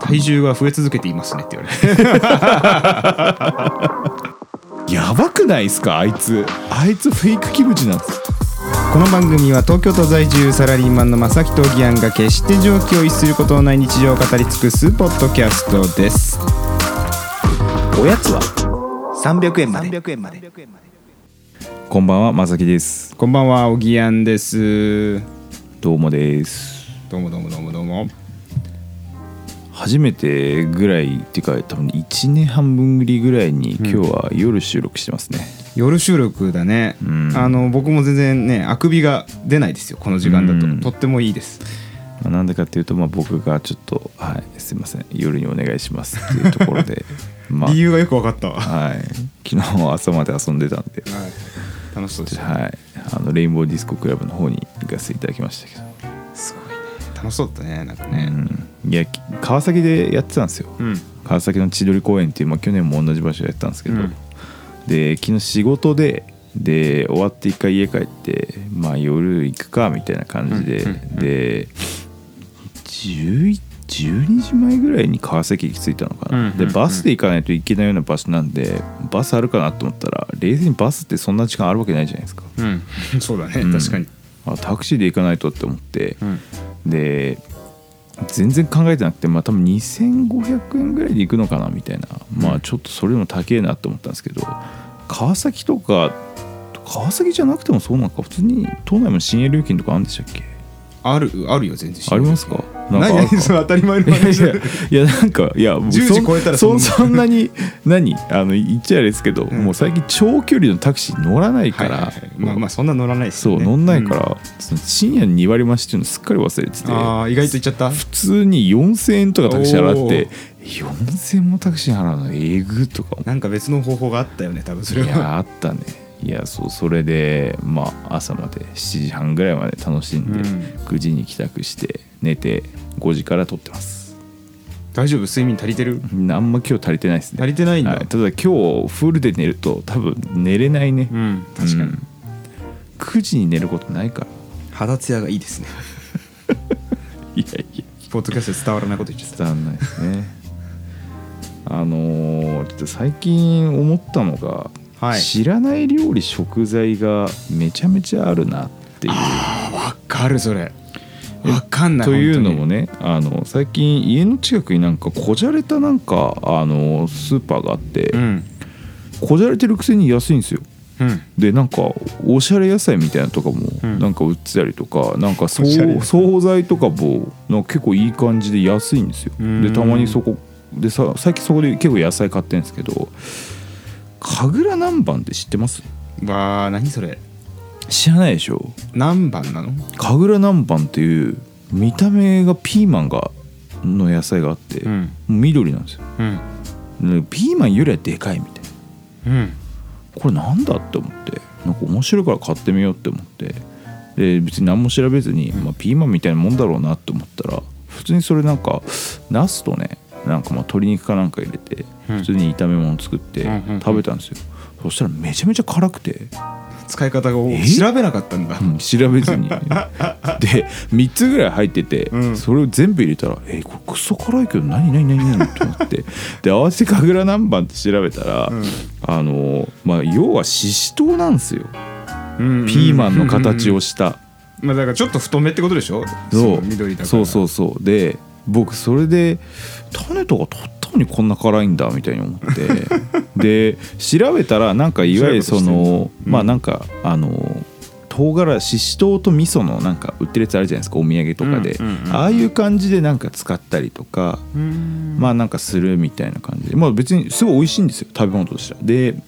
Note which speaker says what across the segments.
Speaker 1: 体重が増え続けていますねって言われて
Speaker 2: やばくないですかあいつあいつフェイクキムチなんです
Speaker 1: この番組は東京都在住サラリーマンの正木と義安が決して常軌を逸することのない日常を語り尽くすポッドキャストです
Speaker 2: おやつは
Speaker 1: 300円まで円まで
Speaker 2: こんばんはまさきです
Speaker 1: こんばんはおぎやんです
Speaker 2: どうもです
Speaker 1: どうもどうもどうもどうも
Speaker 2: 初めてぐらいっていうか多分1年半分ぶりぐらいに今日は夜収録してますね、
Speaker 1: 夜収録だね、
Speaker 2: ん
Speaker 1: あの僕も全然ねあくびが出ないですよこの時間だと、
Speaker 2: うん
Speaker 1: とってもいいです
Speaker 2: まあ、なんでかっていうと、まあ、僕がちょっと「はいすいません夜にお願いします」っていうところでまあ
Speaker 1: 理由がよく分かったわ、は
Speaker 2: はい、昨日朝まで遊んでたんで、
Speaker 1: い、楽しそうでした
Speaker 2: はい、あのレインボーディスコクラブの方に行かせていただきましたけど、
Speaker 1: すごいね楽しそうだったねなんか
Speaker 2: う
Speaker 1: ね
Speaker 2: ん、いやき川崎でやってたんですよ、
Speaker 1: うん、
Speaker 2: 川崎の千鳥公園っていう、まあ、去年も同じ場所でやってたんですけど、
Speaker 1: うん
Speaker 2: で昨日仕事でで終わって一回家帰ってまあ夜行くかみたいな感じで、
Speaker 1: うんうんうん
Speaker 2: で11 12時前ぐらいに川崎駅着いたのかな、
Speaker 1: うんうんうん
Speaker 2: でバスで行かないといけないような場所なんでバスあるかなと思ったら冷静にバスってそんな時間あるわけないじゃないですか、
Speaker 1: うん、そうだね、
Speaker 2: うん
Speaker 1: 確かに、
Speaker 2: あタクシーで行かないとって思って、
Speaker 1: ん、
Speaker 2: で全然考えてなくてまあ多分2500円ぐらいで行くのかなみたいなまあちょっとそれでも高えなと思ったんですけど川崎とか川崎じゃなくてもそうなんか普通に都内も新営料金とかあるんでしたっけ
Speaker 1: あるあるよ全然
Speaker 2: ありますかなんかあ
Speaker 1: 何
Speaker 2: る
Speaker 1: 何
Speaker 2: か
Speaker 1: その当たり前の
Speaker 2: い やい
Speaker 1: 話
Speaker 2: やいやなんかいやもう
Speaker 1: 10時
Speaker 2: そん
Speaker 1: 超えたらそん
Speaker 2: そ
Speaker 1: なん
Speaker 2: そんなに何 あの言っちゃあれですけど、
Speaker 1: ん
Speaker 2: もう最近長距離のタクシー乗らないから、
Speaker 1: はいはいはいまあまあそんな乗らないです
Speaker 2: そ
Speaker 1: よ
Speaker 2: う
Speaker 1: ね
Speaker 2: 乗んないから、その深夜に2割増しっていうのすっかり忘れてて
Speaker 1: うんああ意外といっちゃった
Speaker 2: 普通に4000円とかタクシー払っ
Speaker 1: お
Speaker 2: て4000円もタクシー払うのえぐとか思
Speaker 1: なんか別の方法があったよね多分それ
Speaker 2: い
Speaker 1: は
Speaker 2: やあったねいやそうそれでまあ朝まで7時半ぐらいまで楽しんで、
Speaker 1: うん
Speaker 2: 9時に帰宅して寝て5時から撮ってます
Speaker 1: 大丈夫睡眠足りてる
Speaker 2: うんあんま今日足りてないですね
Speaker 1: 足りてないんだ、
Speaker 2: はいただ今日フルで寝ると多分寝れないね、
Speaker 1: うん確かに、
Speaker 2: うん9時に寝ることないから
Speaker 1: 肌ツヤがいいですね
Speaker 2: いやいや
Speaker 1: ポッドキャストで伝わらないこと言っちゃった
Speaker 2: 伝わんないですねあのーちょっと最近思ったのが、
Speaker 1: はい
Speaker 2: 知らない料理食材がめちゃめちゃあるなっていう
Speaker 1: あわかるそれわかんない
Speaker 2: というのも
Speaker 1: ね
Speaker 2: ねあの最近家の近くになんかこじゃれたなんかあのスーパーがあって、
Speaker 1: うん
Speaker 2: こじゃれてるくせに安いんですよ
Speaker 1: うん
Speaker 2: でなんかおしゃれ野菜みたいなのとかも
Speaker 1: うん
Speaker 2: なんか売ってたりとか、なんかそ
Speaker 1: おしゃれ野
Speaker 2: う
Speaker 1: 菜
Speaker 2: 惣菜とかもなんか結構いい感じで安いんですよ
Speaker 1: うーん
Speaker 2: でたまにそこでさ最近そこで結構野菜買ってるんですけど神楽南蛮って知ってます
Speaker 1: わあ何それ
Speaker 2: 知らないでしょ
Speaker 1: 何番なの
Speaker 2: 神楽南蛮っていう見た目がピーマンがの野菜があって、
Speaker 1: ん
Speaker 2: 緑なんですよ
Speaker 1: うん
Speaker 2: でピーマンよりはでかいみたいな
Speaker 1: うん
Speaker 2: これなんだって思ってなんか面白いから買ってみようって思ってで別に何も調べずに、まあ、ピーマンみたいなもんだろうなって思ったら普通にそれなんかナスとねなんかまあ鶏肉かなんか入れて
Speaker 1: うん
Speaker 2: 普通に炒め物作って
Speaker 1: うんうんうん
Speaker 2: 食べたんですよ、そしたらめちゃめちゃ辛くて、
Speaker 1: 使い方を
Speaker 2: え
Speaker 1: 調べなかったんだ
Speaker 2: うん調べず にで3つぐらい入ってて、
Speaker 1: うん
Speaker 2: それを全部入れたら「えこれクソ辛いけど何何何何?」と思 ってで合わせて神楽南蛮って調べたら、
Speaker 1: うん
Speaker 2: あのまあ要はししとうなんですよ
Speaker 1: ピ
Speaker 2: ピーマンの形をした
Speaker 1: まあだからちょっと太めってことでしょ
Speaker 2: そう
Speaker 1: の緑だから
Speaker 2: そうそうそうで僕それで種とか取ったのにこんな辛いんだみたいに思って で調べたらなんかいわゆるそ
Speaker 1: 調べた
Speaker 2: の、
Speaker 1: うん
Speaker 2: まあなんかあの唐辛子ししとうと味噌のなんか売ってるやつあるじゃないですかお土産とかで、
Speaker 1: うんうんうん
Speaker 2: ああいう感じでなんか使ったりとか
Speaker 1: うん
Speaker 2: まあなんかするみたいな感じでまあ別にすごい美味しいんですよ食べ物としてはで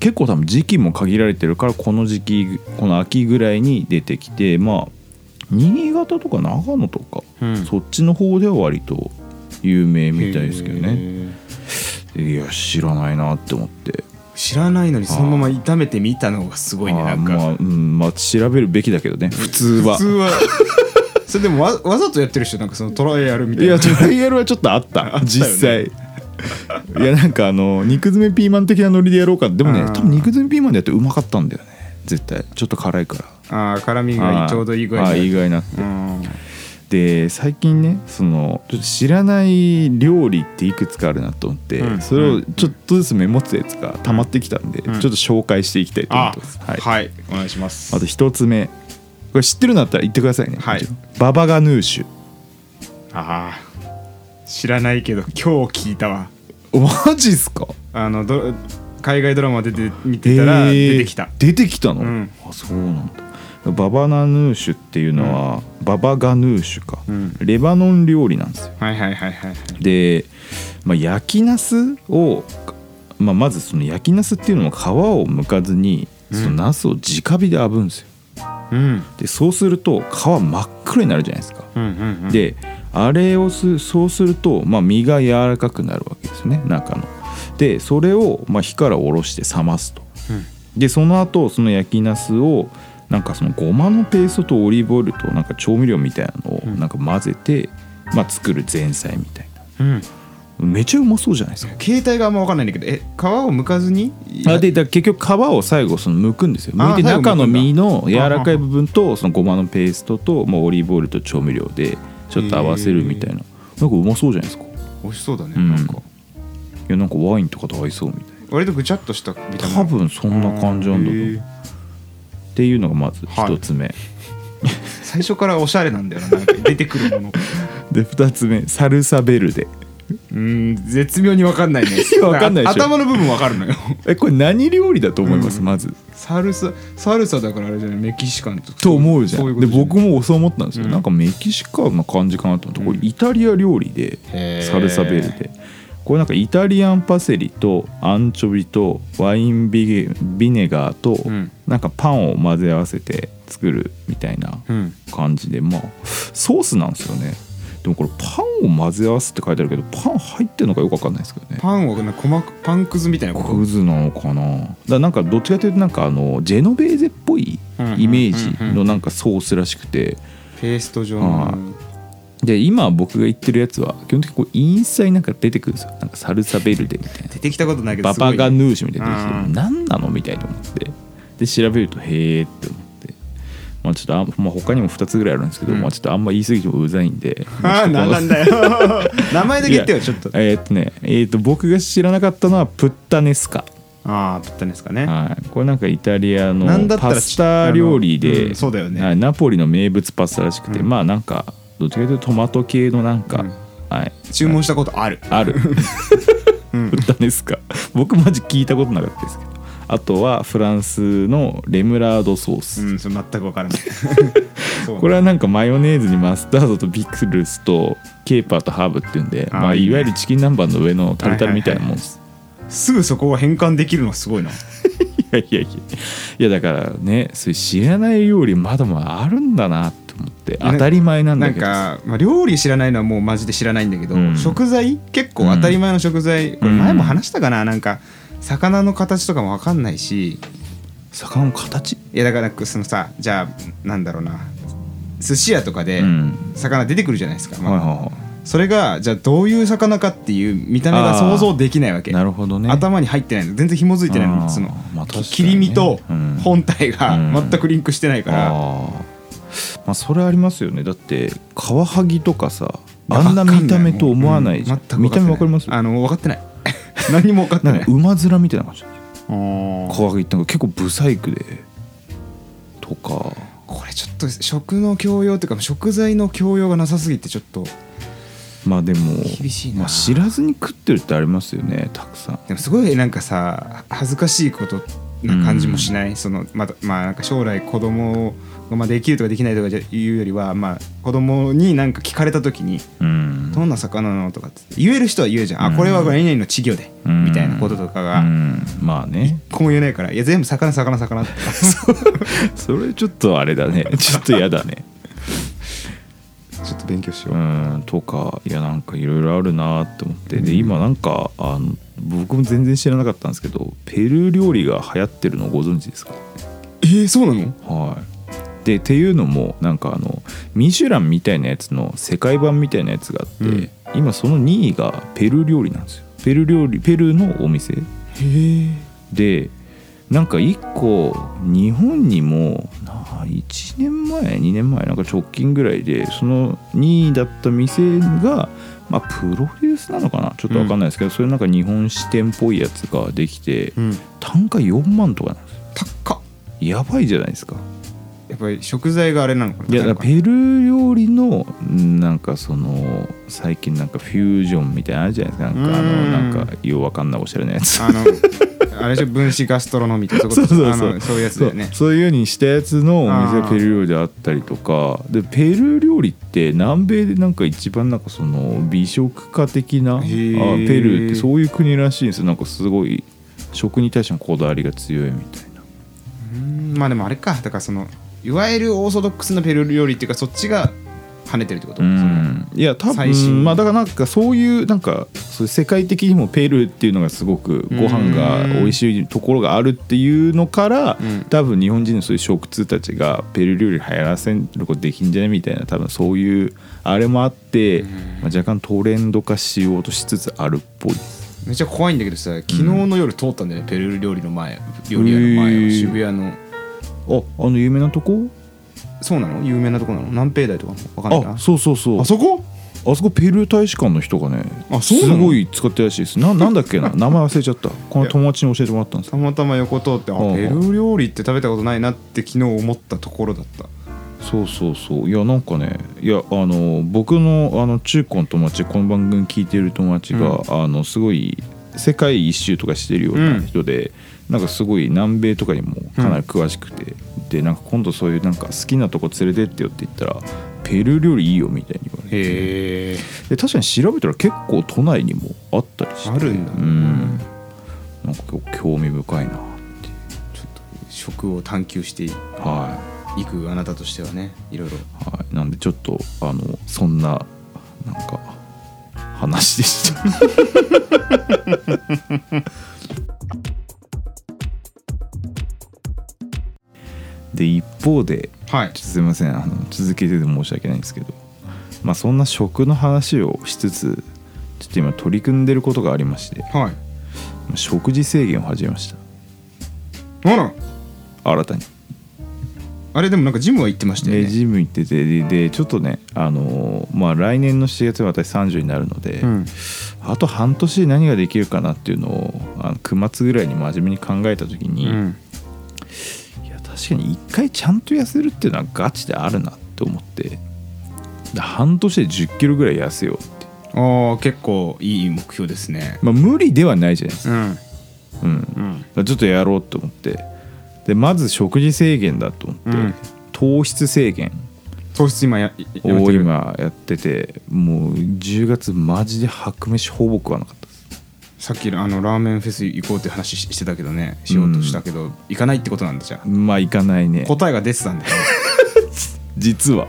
Speaker 2: 結構多分時期も限られてるからこの時期この秋ぐらいに出てきてまあ新潟とか長野とか、
Speaker 1: うん
Speaker 2: そっちの方では割と有名みたいですけどね
Speaker 1: へ
Speaker 2: いや知らないなって思って
Speaker 1: ー知らないのにそのまま炒めてみたのがすごいね
Speaker 2: あ
Speaker 1: な
Speaker 2: ー
Speaker 1: んか、
Speaker 2: まあ、うんまあ調べるべきだけどね普通は
Speaker 1: 普通はそれでもわわざとやってる人なんかそのトライアルみた
Speaker 2: い
Speaker 1: いな
Speaker 2: やトライアルはちょっとあった 実際いやなんかあの肉詰めピーマン的なノリでやろうかでもね
Speaker 1: あー
Speaker 2: 多分肉詰めピーマンでやってうまかったんだよね絶対ちょっと辛いから
Speaker 1: ああ辛みがいいちょうどいい具合
Speaker 2: あーあーいい
Speaker 1: に
Speaker 2: 具合になっ
Speaker 1: う
Speaker 2: て
Speaker 1: ん
Speaker 2: で最近ねそのちょっと知らない料理っていくつかあるなと思って、
Speaker 1: うん
Speaker 2: それをちょっとずつメモったやつが溜まってきたんで、
Speaker 1: うん
Speaker 2: ちょっと紹介していきたいと思います、
Speaker 1: はい、
Speaker 2: はい、
Speaker 1: お願いします
Speaker 2: あと一つ目これ知ってるんだったら言ってくださいね、
Speaker 1: はい
Speaker 2: ババガヌーシュ
Speaker 1: あー知らないけど今日聞いたわ
Speaker 2: おマジっすか
Speaker 1: あのど海外ドラマ出て見てたら
Speaker 2: えー
Speaker 1: 出てきた、
Speaker 2: 出てきたの、
Speaker 1: うん
Speaker 2: あそうなんだババナヌーシュっていうのは、ババガヌーシュか、
Speaker 1: うん
Speaker 2: レバノン料理なんですよ
Speaker 1: はいはいはいはいはい
Speaker 2: で、まあ、焼きナスを、まあ、まずその焼きナスっていうのも皮を剥かずに
Speaker 1: うん
Speaker 2: そのナスを直火で炙るんですよ
Speaker 1: うん
Speaker 2: でそうすると皮真っ黒になるじゃないですか
Speaker 1: うんうんうん
Speaker 2: であれをすそうすると、まあ、身が柔らかくなるわけですね中のでそれを、まあ、火からおろして冷ますと
Speaker 1: うん
Speaker 2: でその後その焼きナスをなんかそのごまのペーストとオリーブオイルとなんか調味料みたいなのを
Speaker 1: うん
Speaker 2: なんか混ぜて、まあ、作る前菜みたいな
Speaker 1: うん
Speaker 2: めちゃうまそうじゃないですか
Speaker 1: 携帯があんま分かんないんだけどえ皮を剥かずに
Speaker 2: あでだから結局皮を最後その剥くんですよ
Speaker 1: あ
Speaker 2: 剥いて
Speaker 1: 最後剥くんだ
Speaker 2: 中の身の柔らかい部分とそのごまのペーストともうオリーブオイルと調味料でちょっと合わせるみたいななんかうまそうじゃないですかい
Speaker 1: 美味しそうだね、
Speaker 2: うん
Speaker 1: なんか
Speaker 2: やなんかワインとかと合いそうみたい
Speaker 1: 割とぐちゃっとした見た
Speaker 2: な多分そんな感じなんだろう
Speaker 1: へー
Speaker 2: っていうのがまず一つ目、
Speaker 1: 最初からおしゃれなんだよななんか出てくるもの
Speaker 2: で二つ目サルサベルデ
Speaker 1: うん絶妙に分 かんないね
Speaker 2: わかんないでしょ
Speaker 1: 頭の部分分かるのよ
Speaker 2: えこれ何料理だと思います、
Speaker 1: うん
Speaker 2: まず
Speaker 1: サルササルサだからあれじゃないメキシカンと
Speaker 2: と思うじゃん
Speaker 1: そういうこ
Speaker 2: で
Speaker 1: とじゃない
Speaker 2: 僕もそう思ったんですよ、
Speaker 1: うん
Speaker 2: なんかメキシカンな感じかなと思ってこれイタリア料理で、
Speaker 1: へー
Speaker 2: サルサベルデこれなんかイタリアンパセリとアンチョビとワインビゲビネガーと、
Speaker 1: ん
Speaker 2: なんかパンを混ぜ合わせて作るみたいな
Speaker 1: うん
Speaker 2: 感じでまあソースなんですよねでもこれパンを混ぜ合わせって書いてあるけどパン入ってるのかよくわかんないですけどね
Speaker 1: パンをなんか細くパンくずみたいなこと
Speaker 2: クズなのかなだからなんかどっちかというとなんかあのジェノベーゼっぽいイメージのなんかソースらしくて
Speaker 1: ペースト状の
Speaker 2: はいで今僕が言ってるやつは基本的にこうインスタになんか出てくるんですよなんかサルサベルデみたいな
Speaker 1: 出てきたことないけど
Speaker 2: バ
Speaker 1: すご
Speaker 2: バ
Speaker 1: い
Speaker 2: ガヌーシュみたいな出てき
Speaker 1: うん
Speaker 2: て何なのみたいと思ってで調べるとへえって思ってまあちょっとあん、まあ、他にも2つぐらいあるんですけど、
Speaker 1: うん
Speaker 2: まあちょっとあんま言い過ぎてもうざいんで
Speaker 1: ああなんなんだ よ名前だけ言ってよちょっと
Speaker 2: えーっとねえーっと僕が知らなかったのはプッタネスカ
Speaker 1: ああぶったんですかね
Speaker 2: はい、これなんかイタリアの
Speaker 1: なんだったら
Speaker 2: パスタ料理
Speaker 1: あの
Speaker 2: で、
Speaker 1: うんそうだよね
Speaker 2: はいナポリの名物パスタらしくて、
Speaker 1: うん
Speaker 2: まあなんかどっちかというとトマト系のなんか、
Speaker 1: うん
Speaker 2: はい
Speaker 1: 注文したことある
Speaker 2: ある
Speaker 1: うん
Speaker 2: 売ったんですか僕マジ聞いたことなかったですけどあとはフランスのレムラードソー
Speaker 1: う
Speaker 2: ス、
Speaker 1: んそれ全く分からないそう
Speaker 2: これはなんかマヨネーズにマスタードとピクルスとケーパーとハーブっていうんで
Speaker 1: あー
Speaker 2: まあ、
Speaker 1: いいね
Speaker 2: いわゆるチキン南蛮の上のタルタルみたいなもんです、
Speaker 1: すぐそこを変換できるのはすごいない
Speaker 2: やいやいやいやだからねそういう知らない料理まだまだあるんだなと思って
Speaker 1: や
Speaker 2: 当たり前なん
Speaker 1: な
Speaker 2: だ
Speaker 1: ん
Speaker 2: けど
Speaker 1: か、まあ、料理知らないのはもうマジで知らないんだけど、
Speaker 2: うん
Speaker 1: 食材結構当たり前の食材、これ前も話したかななんか魚の形とかも分かんないし
Speaker 2: 魚の形
Speaker 1: いやだからそのさじゃあなんだろうな寿司屋とかで
Speaker 2: うん
Speaker 1: 魚出てくるじゃないですか、まあ
Speaker 2: はいはいは
Speaker 1: それがじゃあどういう魚かっていう見た目が想像できないわけ
Speaker 2: いなるほどね
Speaker 1: 頭に入ってないの全然紐づいてない
Speaker 2: あ
Speaker 1: の
Speaker 2: ー
Speaker 1: その、
Speaker 2: まあ確かにね
Speaker 1: き切り身と
Speaker 2: うん
Speaker 1: 本体が
Speaker 2: うん
Speaker 1: 全くリンクしてないから、
Speaker 2: あーまあそれありますよねだってカワハギとかさ
Speaker 1: いや
Speaker 2: あんな
Speaker 1: わか
Speaker 2: 見た目と思わない
Speaker 1: もう
Speaker 2: じゃん
Speaker 1: 全く分
Speaker 2: 見
Speaker 1: って
Speaker 2: た
Speaker 1: ない
Speaker 2: 目わかります
Speaker 1: あの分かってない 何も分かって
Speaker 2: なん
Speaker 1: ない
Speaker 2: か馬面みたいな感じ
Speaker 1: あー
Speaker 2: カワハギってなんか結構ブサイクでとか
Speaker 1: これちょっと食の教養というか食材の教養がなさすぎてちょっと
Speaker 2: まあでも
Speaker 1: 厳しいな
Speaker 2: まあ、知らずに食ってるってありますよねたくさん
Speaker 1: でもすごいなんかさ恥ずかしいことな感じもしない、そのまだまあなんか将来子供がまあできるとかできないとかじゃ言うよりはまあ子供になんか聞かれた時に
Speaker 2: うん
Speaker 1: どんな魚なのとかって言える人は言うじゃん、あこれは何々の稚魚で、
Speaker 2: うん
Speaker 1: みたいなこととか
Speaker 2: う
Speaker 1: が
Speaker 2: んま あね
Speaker 1: こうも言えないからいや全部魚魚魚って
Speaker 2: それちょっとあ れだねちょっと嫌だね
Speaker 1: ちょっと勉強しよ
Speaker 2: う
Speaker 1: う、
Speaker 2: んとかいやなんかいろいろあるなって思ってで今なんかあの僕も全然知らなかったんですけどペルー料理が流行ってるのご存知ですか
Speaker 1: えー、そうなの
Speaker 2: はいでっていうのもなんかあのミシュランみたいなやつの世界版みたいなやつがあって、
Speaker 1: うん
Speaker 2: 今その2位がペルー料理なんですよペルー料理ペルーのお店
Speaker 1: へえ
Speaker 2: でなんか一個日本にもな1年前2年前なんか直近ぐらいでその2位だった店が、まあ、プロデュースなのかなちょっと分かんないですけど、そういうなんか日本支店っぽいやつができて、
Speaker 1: うん
Speaker 2: 単価4万とかなんですよ
Speaker 1: 高っ
Speaker 2: やばいじゃないですか
Speaker 1: やっぱり食材があれなのかない
Speaker 2: やだ
Speaker 1: なん
Speaker 2: か
Speaker 1: から
Speaker 2: ペルー料理のなんかその最近なんかフュージョンみたいなのあるじゃないですかなんかあ
Speaker 1: う
Speaker 2: の
Speaker 1: ん
Speaker 2: なんかようわかんないおしゃれなやつ
Speaker 1: あのあれでしょ分子ガストロノミーってそういうこと
Speaker 2: そうそうそ
Speaker 1: あ
Speaker 2: う
Speaker 1: のそういうやつだよね
Speaker 2: そうそういうようにしたやつのお店がペルー料理であったりとかでペルー料理って南米でなんか一番なんかその美食家的なあ
Speaker 1: へ
Speaker 2: ペ
Speaker 1: ー
Speaker 2: ルーってそういう国らしいんですよなんかすごい食に対してのこだわりが強いみたいな
Speaker 1: うんまあでもあれかだからそのいわゆるオーソドックスなペルー料理っていうかそっちが跳ねてるってこと、
Speaker 2: うんいや多
Speaker 1: 最新
Speaker 2: 分まあだからなんかそういうなんかそういう世界的にもペルーっていうのがすごくご飯が美味しいところがあるっていうのから、
Speaker 1: うん
Speaker 2: 多分日本人のそういう食通たちがペルー料理流行らせることできんじゃねみたいな多分そういうあれもあって、まあ、若干トレンド化しようとしつつあるっぽいです
Speaker 1: めっちゃ怖いんだけどさ昨日の夜通ったんだよね、ペルー料理の前料理屋の
Speaker 2: へ
Speaker 1: 前を
Speaker 2: ー
Speaker 1: 渋谷の
Speaker 2: ああの有名なとこ
Speaker 1: そうなの有名なとこなの南平台とかわかんないな
Speaker 2: あそうそうそう
Speaker 1: あそこ
Speaker 2: あそこペルー大使館の人がね
Speaker 1: あそうな
Speaker 2: す
Speaker 1: の
Speaker 2: ごい使ってるらしいですななんだっけな名前忘れちゃったこの友達に教えてもらったんです
Speaker 1: たまたま横通ってあ
Speaker 2: うんうん
Speaker 1: ペルー料理って食べたことないなって昨日思ったところだった
Speaker 2: そうそうそういやなんかねいやあの僕のあの中高の友達この番組聞いてる友達が、あのすごい世界一周とかしてるような人で、なんかすごい南米とかにもかなり詳しくて、でなんか今度そういうなんか好きなとこ連れてってよって言ったらペルー料理いいよみたいに言われて
Speaker 1: へえ
Speaker 2: で確かに調べたら結構都内にもあったりして
Speaker 1: あるんだ
Speaker 2: うんなんか興味深いなって
Speaker 1: ちょっと食を探求してい
Speaker 2: はい。
Speaker 1: くあなたとしてはねいろいろ
Speaker 2: はい、なんでちょっとあのそんななんか話でした で一方で
Speaker 1: はい
Speaker 2: ちょっとすいませんあの続けてて申し訳ないんですけど、まあ、そんな食の話をしつつちょっと今取り組んでることがありまして
Speaker 1: はい
Speaker 2: 食事制限を始めました
Speaker 1: あら
Speaker 2: 新たに。
Speaker 1: あれでもなんかジムは行ってましたよ
Speaker 2: で
Speaker 1: ね
Speaker 2: ジム行っててででちょっとね、あのーまあ、来年の7月に私30になるので、
Speaker 1: うん
Speaker 2: あと半年で何ができるかなっていうのをあの9月ぐらいに真面目に考えた時に、
Speaker 1: うん
Speaker 2: いや確かに1回ちゃんと痩せるっていうのはガチであるなって思ってで半年で1 0キロぐらい痩せようって、
Speaker 1: ああ結構いい目標ですね
Speaker 2: まあ、無理ではないじゃないですか、
Speaker 1: うん
Speaker 2: うん、だか
Speaker 1: うん
Speaker 2: らちょっとやろうと思ってでまず食事制限だと思って、
Speaker 1: うん
Speaker 2: 糖質制限
Speaker 1: 糖質今ややめて
Speaker 2: を
Speaker 1: る
Speaker 2: 今やっててもう10月マジで白飯ほぼ食わなかったです
Speaker 1: さっきのあのラーメンフェス行こうって話ししてたけどねしようとしたけど、行かないってことなんだじゃあ
Speaker 2: まあいかないね
Speaker 1: 答えが出てたんだよ
Speaker 2: 実は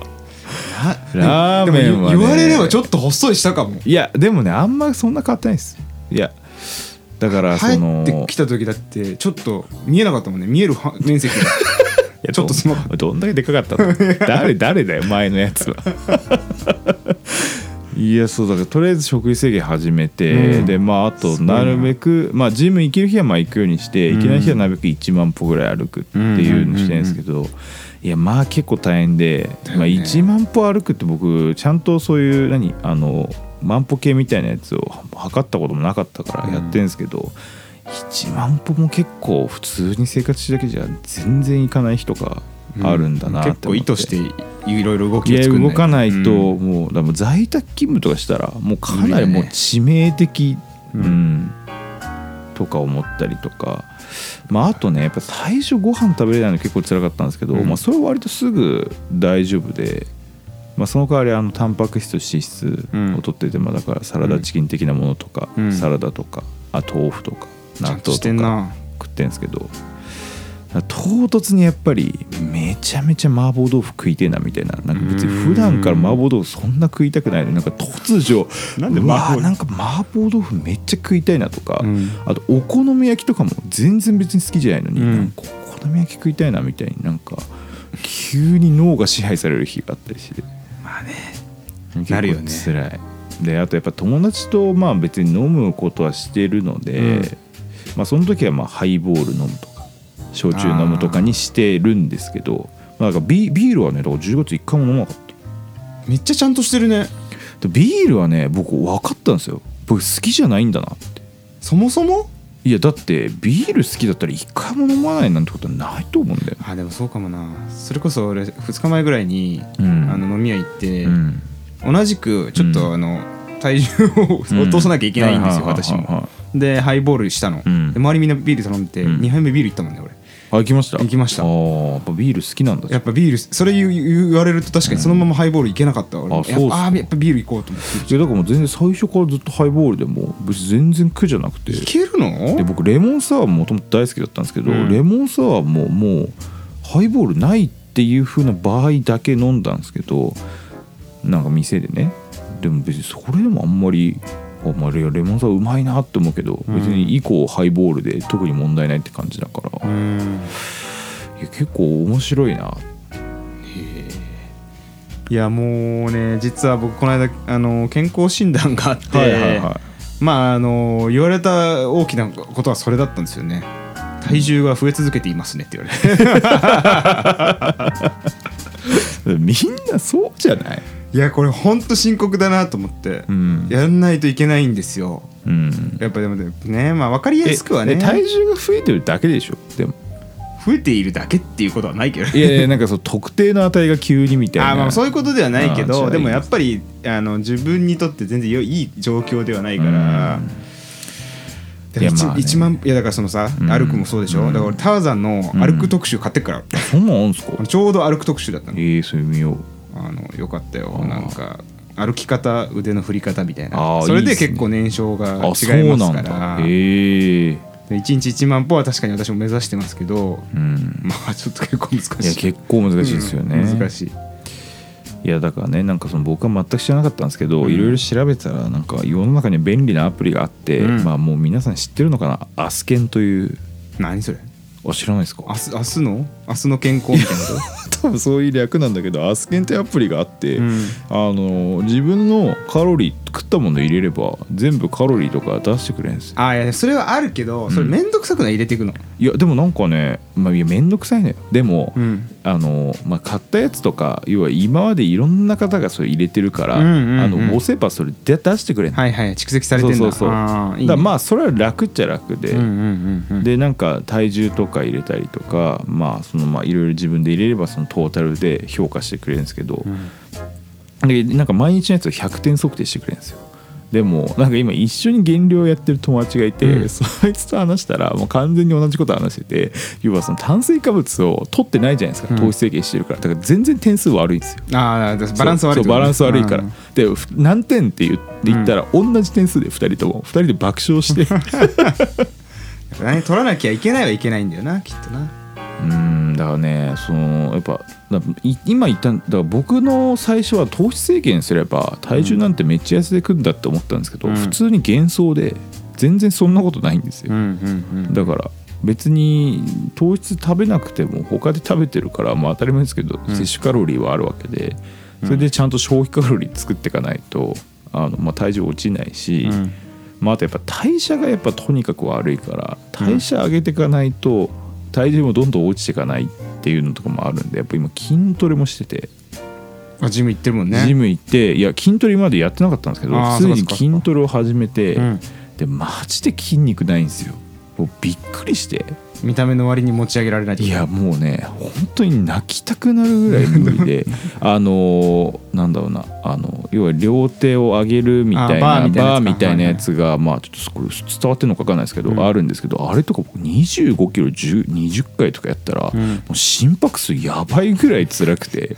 Speaker 1: なで
Speaker 2: ラー
Speaker 1: も
Speaker 2: メンはね
Speaker 1: 言われればちょっとほっそりしたかも
Speaker 2: いやでもねあんまそんな変わってないですいやだから
Speaker 1: 帰
Speaker 2: その
Speaker 1: ってきた時だってちょっと見えなかったもんね見えるは面積が
Speaker 2: いや
Speaker 1: ちょっとすまん
Speaker 2: どどんだけでかかった の誰誰だよ前のやつは いやそうだからとりあえず食事制限始めて、
Speaker 1: うん
Speaker 2: でまああと
Speaker 1: すごいな
Speaker 2: なるべくまあジム行ける日はまあ行くようにして、
Speaker 1: うん
Speaker 2: 行けない日はなるべく1万歩ぐらい歩くっていうのをしてるんですけど、いやまあ結構大変で、
Speaker 1: だよね
Speaker 2: まあ、1万歩歩くって僕ちゃんとそういう何あの万歩計みたいなやつを測ったこともなかったからやってるんですけど、1万歩も結構普通に生活してるだけじゃ全然いかない日とかあるんだなって思って、
Speaker 1: 結構意図していろいろ動き
Speaker 2: い
Speaker 1: を
Speaker 2: や
Speaker 1: 作ん
Speaker 2: 動かないと、
Speaker 1: うん
Speaker 2: もうだからもう在宅勤務とかしたらもうかなりも
Speaker 1: 無理
Speaker 2: う
Speaker 1: だね
Speaker 2: 致命的、
Speaker 1: う
Speaker 2: うんんとか思ったりとか、まあ、あとねやっぱ最初ご飯食べれないの結構辛かったんですけど、
Speaker 1: うん
Speaker 2: まあ、それは割とすぐ大丈夫で、まあ、その代わりあのタンパク質と脂質
Speaker 1: うん
Speaker 2: を取ってて、まあ、だからサラダチキン的なものとか、
Speaker 1: うん
Speaker 2: サラダとかあ豆腐とか
Speaker 1: ちゃん
Speaker 2: 納豆
Speaker 1: と
Speaker 2: と
Speaker 1: してん
Speaker 2: か
Speaker 1: な
Speaker 2: 食ってんですけど唐突にやっぱりめちゃめちゃ麻婆豆腐食いてえなみたいななんか別に普段から麻婆豆腐そんな食いたくないのになんか突如
Speaker 1: なんで
Speaker 2: うわ
Speaker 1: 麻婆
Speaker 2: なんか麻婆豆腐めっちゃ食いたいなとか、
Speaker 1: うん
Speaker 2: あとお好み焼きとかも全然別に好きじゃないのに、
Speaker 1: うん
Speaker 2: なんかお好み焼き食いたいなみたいになんか急に脳が支配される日があったりして
Speaker 1: まあね
Speaker 2: 結構
Speaker 1: なるよね
Speaker 2: 辛いであとやっぱ友達とまあ別に飲むことはしてるので、
Speaker 1: うん
Speaker 2: まあその時はまあハイボール飲むとか焼酎飲むとかにしてるんですけどまあなんかビビールはねだから10月1回も飲まなかった
Speaker 1: めっちゃちゃんとしてるね
Speaker 2: でビールはね僕分かったんですよ僕好きじゃないんだなって
Speaker 1: そもそも
Speaker 2: いやだってビール好きだったら一回も飲まないなんてことはないと思うんだよ、
Speaker 1: あでもそうかもなそれこそ俺2日前ぐらいに、
Speaker 2: うん
Speaker 1: あの飲み屋行って、
Speaker 2: うん
Speaker 1: 同じくちょっと、
Speaker 2: うん
Speaker 1: あの体重を落とさなきゃいけないんですよ、私
Speaker 2: はいはいは
Speaker 1: も
Speaker 2: いは
Speaker 1: でハイボールしたの、
Speaker 2: うん
Speaker 1: で周りみんなビール頼んでて、
Speaker 2: うん
Speaker 1: 2杯目ビール行ったもんね俺
Speaker 2: いあ行きました
Speaker 1: 行きました
Speaker 2: あーやっぱビール好きなんだ
Speaker 1: やっぱビールそれ言う言われると確かにそのままハイボールいけなかった、俺
Speaker 2: あそうっすか
Speaker 1: やっぱあーやっぱビール行こうと思って
Speaker 2: いやだからもう全然最初からずっとハイボールでも別に全然苦じゃなくて
Speaker 1: いけるの
Speaker 2: で僕レモンサワーもともと大好きだったんですけど、
Speaker 1: うん
Speaker 2: レモンサワーももうハイボールないっていう風な場合だけ飲んだんですけどなんか店でねでも別にそれでもあんまりあまあレレモンサワーうまいなって思うけど、
Speaker 1: うん
Speaker 2: 別に以降ハイボールで特に問題ないって感じだから、
Speaker 1: う
Speaker 2: い
Speaker 1: ん
Speaker 2: や結構面白いな、
Speaker 1: いやもうね実は僕この間あの健康診断があって、
Speaker 2: はいはいは
Speaker 1: まああの言われた大きなことはそれだったんですよね体重が増え続けていますねって言われて
Speaker 2: いみんなそうじゃない、
Speaker 1: いやこれほんと深刻だなと思って、
Speaker 2: うん
Speaker 1: やんないといけないんですよ
Speaker 2: うん、
Speaker 1: やっぱでもねまあ分かりやすくは
Speaker 2: え
Speaker 1: ね
Speaker 2: え体重が増えてるだけでしょでも
Speaker 1: 増えているだけっていうことはないけど
Speaker 2: いやいやなんかその特定の値が急にみたいな
Speaker 1: あーまあそういうことではないけ
Speaker 2: あー違
Speaker 1: ど
Speaker 2: う
Speaker 1: でもやっぱりあの自分にとって全然よいい状況ではないから
Speaker 2: うん。
Speaker 1: でも
Speaker 2: いや
Speaker 1: 一
Speaker 2: まあね
Speaker 1: 一万いやだからそのさ、
Speaker 2: うん
Speaker 1: 歩くもそうでしょ、
Speaker 2: うん
Speaker 1: だから俺ターザンの歩く特集買ってっから、
Speaker 2: そんなんあんすか
Speaker 1: あのちょうど歩く特集だったの
Speaker 2: ええそれ見よう
Speaker 1: あのよかったよ
Speaker 2: あー
Speaker 1: なんか歩き方腕の振り方みたい
Speaker 2: あ
Speaker 1: な
Speaker 2: ー
Speaker 1: それ
Speaker 2: いい
Speaker 1: で
Speaker 2: っすね
Speaker 1: 結構燃焼が違い
Speaker 2: あ
Speaker 1: ます
Speaker 2: そ
Speaker 1: か
Speaker 2: うなん
Speaker 1: ら
Speaker 2: だええ
Speaker 1: で1日1万歩は確かに私も目指してますけど
Speaker 2: うん
Speaker 1: まあちょっと結構難しい
Speaker 2: いや結構難しいですよね、
Speaker 1: うん難しい
Speaker 2: いやだからねなんかその僕は全く知らなかったんですけど
Speaker 1: うん
Speaker 2: いろいろ調べたらなんか世の中には便利なアプリがあって、
Speaker 1: うん
Speaker 2: まあもう皆さん知ってるのかなアスケンという
Speaker 1: 何それ
Speaker 2: あ知らないですか
Speaker 1: 明日明日の明日の健康みたいなこと
Speaker 2: 多分そういう略なんだけどアスケンってアプリがあって、
Speaker 1: うん
Speaker 2: あの自分のカロリー食ったもの入れれば全部カロリーとか出してくれるんですよ
Speaker 1: あいやそれはあるけどそれ
Speaker 2: うん
Speaker 1: 面倒くさくない入れていくの
Speaker 2: いやでもなんかね、まあ、いやめんどくさいのよでも、
Speaker 1: ん
Speaker 2: あのまあ、買ったやつとか要は今までいろんな方がそれ入れてるから、
Speaker 1: うんうんうん
Speaker 2: あの押せばそれで出してくれる、
Speaker 1: はいはい蓄積されてんだ
Speaker 2: そうそうそう
Speaker 1: あーいいね
Speaker 2: だからまあそれは楽っちゃ楽で、
Speaker 1: うんうんうんうん
Speaker 2: でなんか体重とか入れたりとかまあそのまあいろいろ自分で入れればそのトータルで評価してくれるんですけど
Speaker 1: う、ん
Speaker 2: でなんか毎日のやつを100点測定してくれるんですよでもなんか今一緒に減量やってる友達がいて、
Speaker 1: うん
Speaker 2: そいつと話したらもう完全に同じこと話してて要はその炭水化物を取ってないじゃないですか
Speaker 1: うん
Speaker 2: 糖質制限してるからだから全然点数悪いんですよ
Speaker 1: あーだからバランス悪いって
Speaker 2: そうそう
Speaker 1: こと
Speaker 2: バ
Speaker 1: ね
Speaker 2: ランス悪いから
Speaker 1: うん
Speaker 2: でふ何点って言って言ったら同じ点数で2人とも2人で爆笑してう
Speaker 1: 何取らなきゃいけないはいけないんだよなきっとな
Speaker 2: ーんだからねそのやっぱだい今言っただから僕の最初は糖質制限すれば体重なんてめっちゃ痩せてくんだって思ったんですけど、
Speaker 1: うん
Speaker 2: 普通に幻想で全然そんなことないんですよ、
Speaker 1: んうん
Speaker 2: だから別に糖質食べなくても他で食べてるから、まあ、当たり前ですけど、
Speaker 1: ん
Speaker 2: 摂取カロリーはあるわけでそれでちゃんと消費カロリー作っていかないとあの、まあ、体重落ちないし、
Speaker 1: うん
Speaker 2: まあ、あとやっぱ代謝がやっぱとにかく悪いから代謝上げていかないと体重もどんどん落ちていかないっていうのとかもあるんでやっぱ今筋トレもしてて。
Speaker 1: あジム行ってるもんね
Speaker 2: ジム行っていや筋トレ今までやってなかったんですけど
Speaker 1: あー
Speaker 2: ついに
Speaker 1: そうかそうか
Speaker 2: 筋トレを始めて、
Speaker 1: うん
Speaker 2: でマジで筋肉ないんですよもうびっくりして
Speaker 1: 見た目の割に持ち上げられないってこ
Speaker 2: い
Speaker 1: と
Speaker 2: やもうね本当に泣きたくなるぐらい無理 であのーなんだろうなあの要は両手を上げるみたいな
Speaker 1: あ
Speaker 2: バ
Speaker 1: バーみたいなやつか
Speaker 2: ーみたいなやつがまあちょっとこれ伝わってるのか分かんないですけど、
Speaker 1: うん
Speaker 2: あるんですけどあれとか僕25キロ10 20回とかやったら、
Speaker 1: うん
Speaker 2: もう心拍数やばいぐらい辛 くて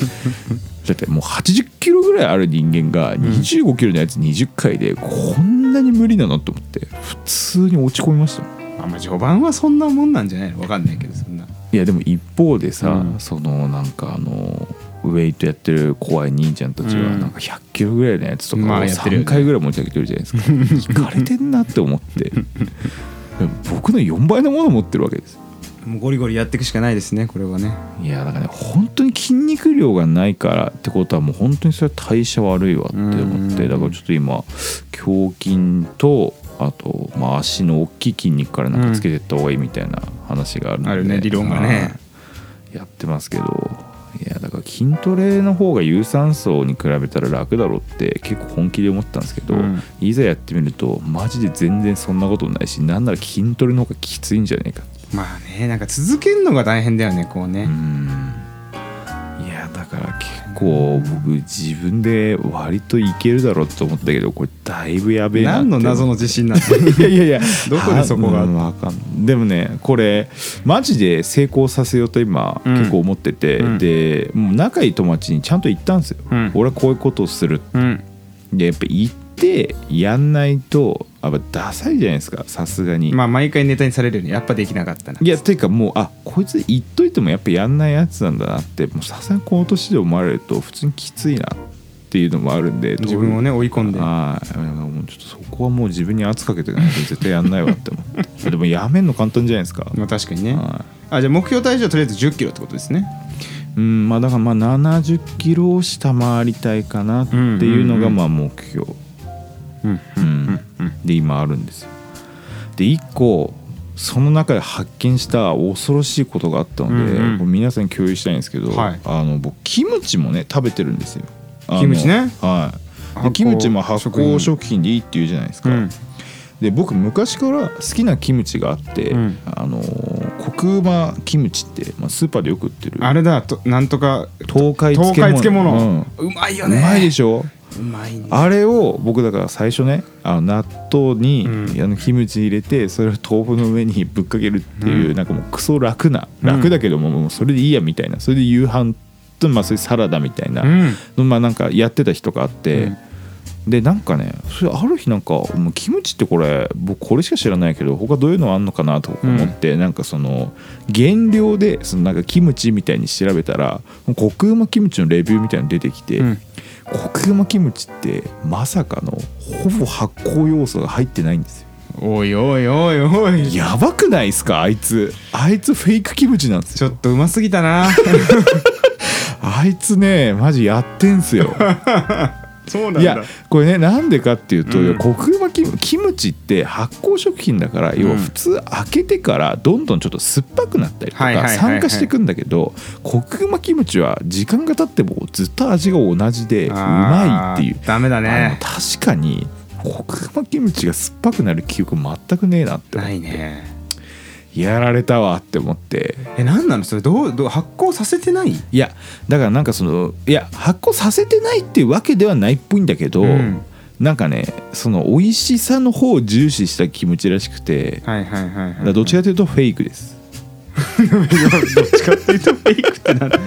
Speaker 2: だってもう80キロぐらいある人間が25キロのやつ20回でこんなに無理なのと思って普通に落ち込みましたもん
Speaker 1: あんま序盤はそんなもんなんじゃないのわかんないけどそんない
Speaker 2: やでも一方でさ、
Speaker 1: うん
Speaker 2: そのなんかあのウェイトやってる怖い兄ちゃんたちは
Speaker 1: うん
Speaker 2: なんか100キロぐらいのやつとかを
Speaker 1: まあやってるよ
Speaker 2: 3
Speaker 1: ね
Speaker 2: 回ぐらい持ち上げてるじゃないですか 引かれてんなって思ってでも僕の4倍のもの持ってるわけです
Speaker 1: もうゴリゴリやっていくしかないですねこれはね
Speaker 2: いやだからね本当に筋肉量がないからってことはもう本当にそれは代謝悪いわって思っ
Speaker 1: う
Speaker 2: て
Speaker 1: ん
Speaker 2: だからちょっと今胸筋とあと、まあ、足の大きい筋肉からなんかつけてった方がいいみたいな話があるので
Speaker 1: あるね理論がね
Speaker 2: はいやってますけどいやだから筋トレの方が有酸素に比べたら楽だろうって結構本気で思ったんですけど、
Speaker 1: うん
Speaker 2: いざやってみるとマジで全然そんなことないしなんなら筋トレの方がきついんじゃねえか
Speaker 1: まあねなんか続けるのが大変だよねこう
Speaker 2: う
Speaker 1: ね、
Speaker 2: んいやだから結構僕自分で割といけるだろうと思ったけどこれだいぶやべえなって
Speaker 1: 何の謎の自信なの
Speaker 2: いやいやいや
Speaker 1: どこでそこが
Speaker 2: あうんわかんないでもねこれマジで成功させようと今、
Speaker 1: うん
Speaker 2: 結構思ってて、
Speaker 1: うん
Speaker 2: でもう仲いい友達にちゃんと言ったんですよ、
Speaker 1: うん
Speaker 2: 俺はこういうことをする
Speaker 1: うん
Speaker 2: でやっぱ言ってやんないとやっぱダサいじゃないですかさすがに、
Speaker 1: まあ毎回ネタにされるようにやっぱできなかったない
Speaker 2: やていうかもうあこいつ言っといてもやっぱやんないやつなんだなってもうさすがにこの年で思われると普通にきついなっていうのもあるんで
Speaker 1: 自分をね追い込んで
Speaker 2: はいいやもうちょっとそこはもう自分に圧かけていかないと絶対やんないわって思って でもやめんの簡単じゃないですか、
Speaker 1: まあ確かにね
Speaker 2: は
Speaker 1: あじゃあ目標体重はとりあえず1 0キロってことですね
Speaker 2: いうんまあだからまあ70キロを下回りたいかなっていうの
Speaker 1: う
Speaker 2: が
Speaker 1: んうんうん
Speaker 2: まあ目標、
Speaker 1: うん
Speaker 2: うんで今あるんですよで1個その中で発見した恐ろしいことがあったので、
Speaker 1: うんうん
Speaker 2: これ皆さんに共有したいんですけど、
Speaker 1: はい
Speaker 2: あの僕キムチもね食べてるんですよあの
Speaker 1: キムチね
Speaker 2: はい
Speaker 1: 発
Speaker 2: で
Speaker 1: 酵
Speaker 2: キムチも発
Speaker 1: 食品
Speaker 2: 酵食品でいいっていうじゃないですか、
Speaker 1: うん
Speaker 2: で僕昔から好きなキムチがあって、
Speaker 1: うん
Speaker 2: あのーコクうまキムチって、まあ、スーパーでよく売ってる
Speaker 1: あれだとなんとか
Speaker 2: 東海
Speaker 1: 東海漬
Speaker 2: うん
Speaker 1: 物、うまいよ
Speaker 2: う
Speaker 1: ね
Speaker 2: まいで
Speaker 1: し
Speaker 2: しょ
Speaker 1: ょうまいね
Speaker 2: あれを僕だから最初ねあの納豆に、
Speaker 1: うん
Speaker 2: あのキムチ入れてそれを豆腐の上にぶっかけるっていう、
Speaker 1: う
Speaker 2: なんかもうクソ楽な
Speaker 1: うん
Speaker 2: 楽だけども,、もうそれでいいやみたいなそれで夕飯と、まあ、そういうサラダみたいな、
Speaker 1: うん
Speaker 2: のまあなんかやってた日とかあって、
Speaker 1: うん
Speaker 2: でなんかねそれある日なんかもうキムチってこれ僕これしか知らないけど他どういうのあんのかなとか思って、なんかその原料でそのなんかキムチみたいに調べたらコクうまキムチのレビューみたいなの出てきて、
Speaker 1: うん
Speaker 2: コクうまキムチってまさかのほぼ発酵要素が入ってないんですよ
Speaker 1: おいおいおいおい
Speaker 2: やばくないですかあいつあいつフェイクキムチなんですよ
Speaker 1: ちょっとうますぎた な
Speaker 2: あいつねマジやってんすよ
Speaker 1: そう
Speaker 2: いやこれねなんでかっていうと、
Speaker 1: うん
Speaker 2: コクうまキムキムチって発酵食品だから、要は普通開けてからどんどんちょっと酸っぱくなったりと
Speaker 1: はいはい
Speaker 2: か
Speaker 1: はいはい
Speaker 2: 酸化していくんだけどコクうまキムチは時間が経ってもずっと味が同じでうまいっていう
Speaker 1: ダメだ
Speaker 2: あの
Speaker 1: ね
Speaker 2: 確かにコクうまキムチが酸っぱくなる記憶全くねえなって思っ
Speaker 1: な
Speaker 2: て
Speaker 1: いね
Speaker 2: やられたわって思って
Speaker 1: え何なのそれどうどう発酵させてない
Speaker 2: いやだからなんかそのいや発酵させてないっていうわけではないっぽいんだけど、
Speaker 1: うん
Speaker 2: なんかねその美味しさの方を重視したキムチらしくて
Speaker 1: はいはいはい、
Speaker 2: だ
Speaker 1: は
Speaker 2: から
Speaker 1: い、
Speaker 2: どっちかというとフェイクです、
Speaker 1: どっちかっていうとフェイクってなる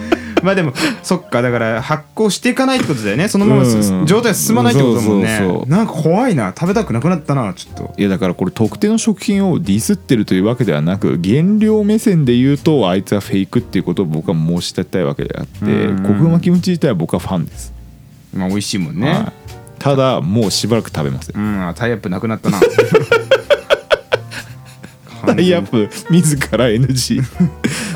Speaker 1: まあでもそっかだから発酵していかないってことだよねそのまま
Speaker 2: うん
Speaker 1: す状態が進まないってことだもんね
Speaker 2: そうそうそう
Speaker 1: なんか怖いな食べたくなくなったなちょっと
Speaker 2: いやだからこれ特定の食品をディスってるというわけではなく原料目線で言うとあいつはフェイクっていうことを僕は申し立てたいわけであって
Speaker 1: うん
Speaker 2: 国まキムチ自体は僕はファンです、
Speaker 1: まあ美味しいもんね、
Speaker 2: はいただもうしばらく食べません
Speaker 1: うんあタイアップなくなった な
Speaker 2: タ イアップ自ら NG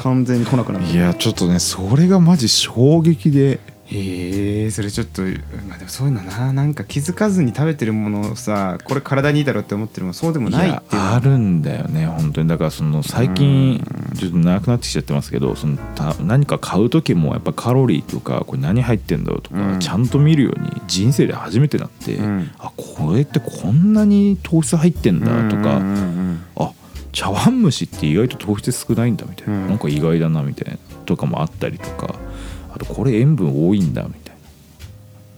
Speaker 1: 完全に来なくなった
Speaker 2: いやちょっとねそれがマジ衝撃で
Speaker 1: へえそれちょっとまあでもそういうのななんか気づかずに食べてるものをさこれ体にいいだろうって思ってるものそうでもないっていうの
Speaker 2: やあるんだよね本当にだからその最近ちょっと長くなってきちゃってますけどそのた何か買う時もやっぱカロリーとかこれ何入ってんだろうとか、
Speaker 1: うん
Speaker 2: ちゃんと見るように人生で初めてなって、
Speaker 1: うん
Speaker 2: あこれってこんなに糖質入ってんだとか、
Speaker 1: うんうんうん
Speaker 2: あ茶碗蒸しって意外と糖質少ないんだみたいな、
Speaker 1: うん
Speaker 2: なんか意外だなみたいなとかもあったりとかあとこれ塩分多いんだみた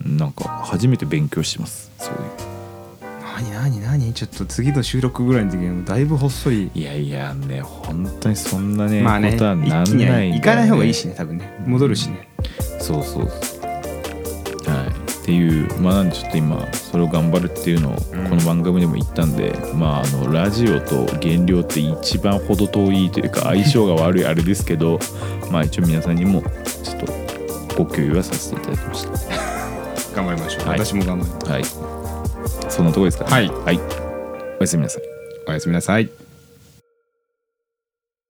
Speaker 2: いななんか初めて勉強してますそういう。
Speaker 1: 何何何ちょっと次の収録ぐらいの時にはもうだいぶほっそり、
Speaker 2: いやいやね本当にそんなね、
Speaker 1: まあね
Speaker 2: ことはなんない
Speaker 1: 一気
Speaker 2: んだよ
Speaker 1: には
Speaker 2: ね
Speaker 1: 行かない方がいいしね多分ね戻るしね、
Speaker 2: そうそうはいっていうまあなんでちょっと今それを頑張るっていうのをこ
Speaker 1: うん
Speaker 2: の番組でも言ったんで、まああのラジオと減量って一番程遠いとい うか相性が悪いあれですけどまあ一応皆さんにもちょっとご共有はさせていただきました
Speaker 1: 頑張りましょう、
Speaker 2: はい
Speaker 1: 私も頑張る
Speaker 2: はいそんなとこですかね
Speaker 1: はい
Speaker 2: はい、おやすみなさい
Speaker 1: おやすみなさい